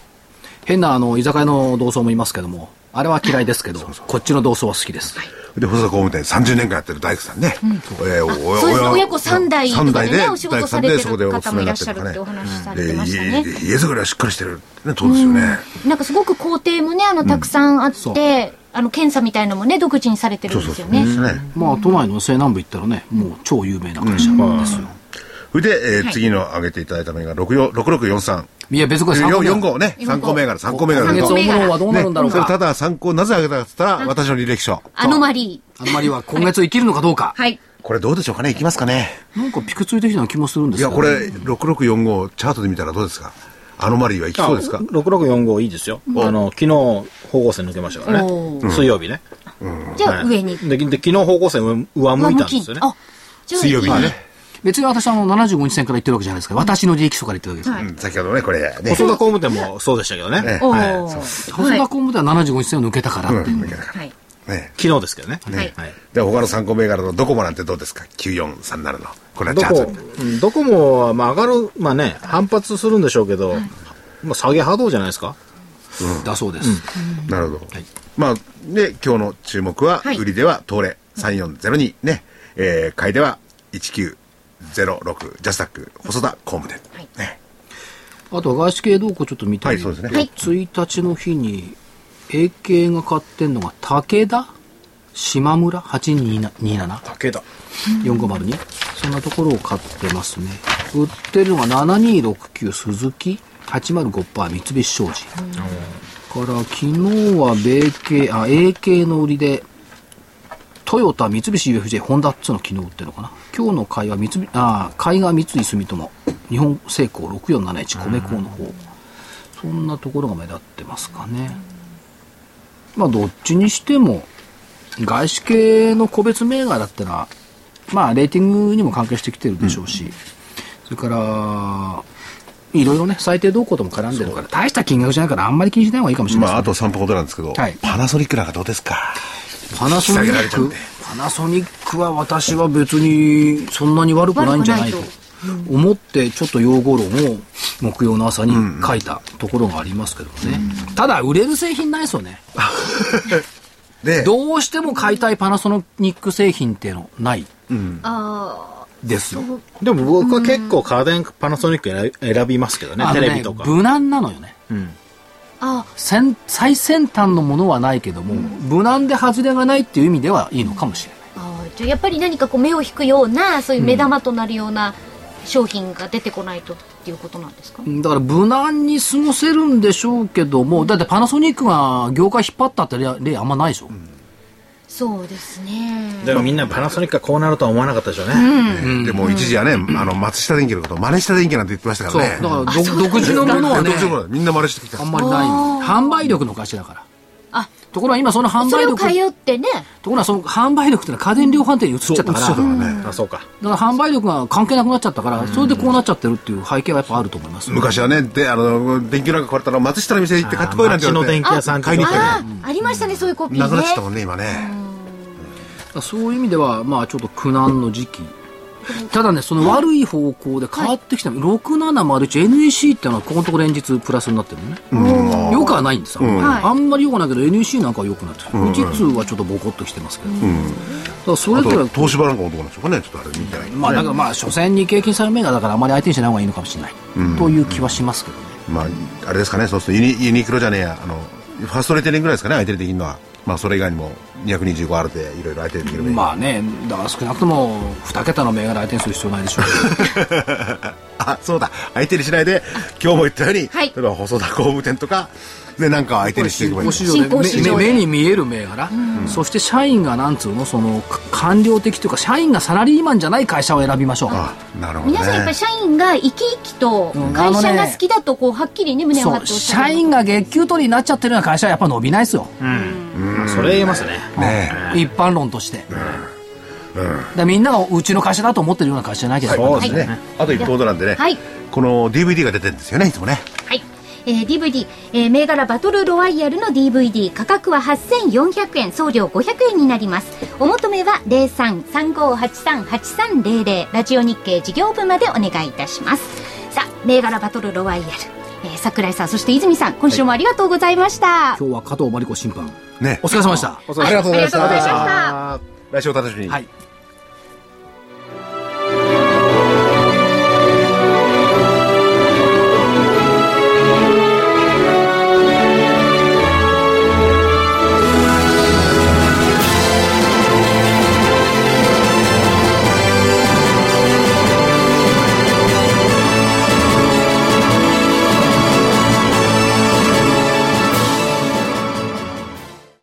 変な、あの、居酒屋の同窓もいますけども、あれは嫌いですけど、こっちの同窓は好きです。で、細田工務店30年間やってる大工さんね。えーおそうですお親子3代と三かでね、お仕事大工ささんれでてそこでるお方勤めもいらになってしゃるるとっておかね。話しされでてましたね。家家づくりはしっかりしてる。ね、そうですよね。なんかすごく工程もね、あの、たくさんあっそうて、あの、検査みたいのもね、独自にされてるんですよね。ですね。まあ、都内の西南部行ったらね、もう超有名な会社ですよ。それで、えーはい次の挙げていただいた銘柄64 6643。いや、別にこれ参考4になる四号ね。四号参考銘柄、参考銘柄。今ね月参考オ銘ム柄ロンはどうなるんだろうそれたか。だ参考、なぜ挙げたかって言ったら、私の履歴書。アノマリー。あんまりは今月生きるのかどうか。はい。これどうでしょうかねいきますかねなんかピクついてきたような気もするんでいすや、けどこねれ、6645チャートで見たらどうですかアノマリーはいきそうですか ?6645 いいですよ。あの、昨日方向線抜けましたからおね。水曜日ね。じゃあ、はい上に。で、で昨日方向線上上向いたんですよね。あ、じゃあ、水曜日にいいね。別に私はあの75日線から言ってるわけじゃないですから、私の利益書から言ってるわけですから。はいうん先ほどね、これね。細田工務店もそうでしたけどね。ねおはいー細田工務では75日線を抜けたからっていう。はい。ね昨日ですけどね。はいはい。で、他の参考銘柄のドコモなんてどうですか ?9437 の。ここれはどチャンスこ、うんどこもは、まあ、上がる、まあね、反発するんでしょうけど、まあ、下げ波動じゃないですか。だそうです。なるほど。まあ、で、今日の注目は、はい売りでは東レ3402、ね、えー、買いでは1906、ジャスタック、細田、コームで。はいね、あとは外資系動向ちょっと見てみると、はいそうですねはい1日の日に AK が買ってんのが武田島村8227竹田。 4502そんなところを買ってますね売ってるのが7269鈴木805%三菱商事から昨日は米系あ AK の売りでトヨタ、三菱 UFJ、ホンダっつうの昨日売ってるのかな。今日の会は三菱、あー海が三井住友、日本製鋼6471、米鋼の方。そんなところが目立ってますかね。まあ、どっちにしても、外資系の個別銘柄ってのは、まあ、レーティングにも関係してきてるでしょうし、それから、いろいろね、最低動向とも絡んでるから、大した金額じゃないから、あんまり気にしない方がいいかもしれないまあ、あと3分ほどなんですけど、はいパナソニックなんかどうですかパナソニ下げられッちゃっクて、パナソニックは私は別にそんなに悪くないんじゃないと悪く思って、ちょっと用語論を木曜の朝に書いたところがありますけどもね。ただ、売れる製品ないですよね。で、どうしても買いたいパナソニック製品っていうのないあですよ。でも僕は結構家電パナソニック選び選びますけどねあ、のテねレビとか。無難なのよね。うん。あ、あ先最先端のものはないけども、無難で外れがないっていう意味ではいいのかもしれない。あーじゃあやっぱり何かこう目を引くようなそういう目玉となるような商品が出てこないとっていうことなんですか、だから無難に過ごせるんでしょうけども、だってパナソニックが業界引っ張ったって例例あんまないでしょ。そうですねでもみんなパナソニックがこうなるとは思わなかったでしょうね。ねでも一時はね、あの、松下電器のことを真似した電器なんて言ってましたかそう。らだね。からど独自のものはねどっ、ちもみんな真似してきたあ。んまりない。販売力の会社だから。あところが今その販そ売れを力、と通ってねころがその販売力ってのは家電量販店に移っちゃったから、そうだだよかね。あ、そうか。ら販売力が関係なくなっちゃったから、それでこうなっちゃってるっていう背景はやっぱあると思います。昔はね、で、あの、電球なんか壊れたら松下の店行って買ってこいなんて言われて。あー街の電気屋さん買いに行ったあよねあありましたねそういうコピーねなくなっちゃったもんね、今ね。そういう意味では、まあちょっと苦難の時期。ただね、その悪い方向で変わってきた、6701、NEC っていうのはここのところ連日プラスになってるのね。よくはないんですよ、はいあんまりよくはないけど NEC なんかはよくなってる、実はちょっとボコっとしてますけど、だからそあれぞと、れ東芝なんかもどうなんでしょうかね。ちょっとあれ見てないけどね。まあだからまあ所詮に経験される銘柄だからあまり相手にしない方がいいのかもしれない、という気はしますけどねまあ、あれですかね、そうするとユニユニクロじゃねえや、あの、ファーストレテリングぐらいですかね、相手にできるのは。まあ、それ以外にも225あるで、いろいろ相手にできるまあ、あねだから少なくとも2桁の銘柄相手にする必要ないでしょうけどあ、そうだ、相手にしないで、今日も言ったように、はい例えば細田工務店とか、ね、なんか相手にしていけばいい新興市場ので新興市場で目目目に見える銘柄、そして社員がなんつうのそのか官僚的というか社員がサラリーマンじゃない会社を選びましょうあ、なるほどね。皆さんやっぱり社員が生き生きとん会あの社ねが好きだとこうはっきりね胸を張っそてうおっしゃ社る員が月給取りになっちゃってるような会社はやっぱ伸びないですよ、まあそれ言えますね。ね一般論として、だからみんながうちの会社だと思ってるような会社じゃなきゃそういですねね。あと一方なんでね、はいこの DVD が出てるんですよね、いつもね。はい。えー DVD、えー銘柄バトルロワイヤルの DVD 価格は8400円送料500円になりますお求めは0335838300ラジオ日経事業部までお願いいたしますさあ銘柄バトルロワイヤル、えー桜井さんそして泉さん今週もありがとうございました、今日は加藤真理子審判ねお。疲れ様でしたありありがとうございましありがとたうございました来週お楽しみに。はい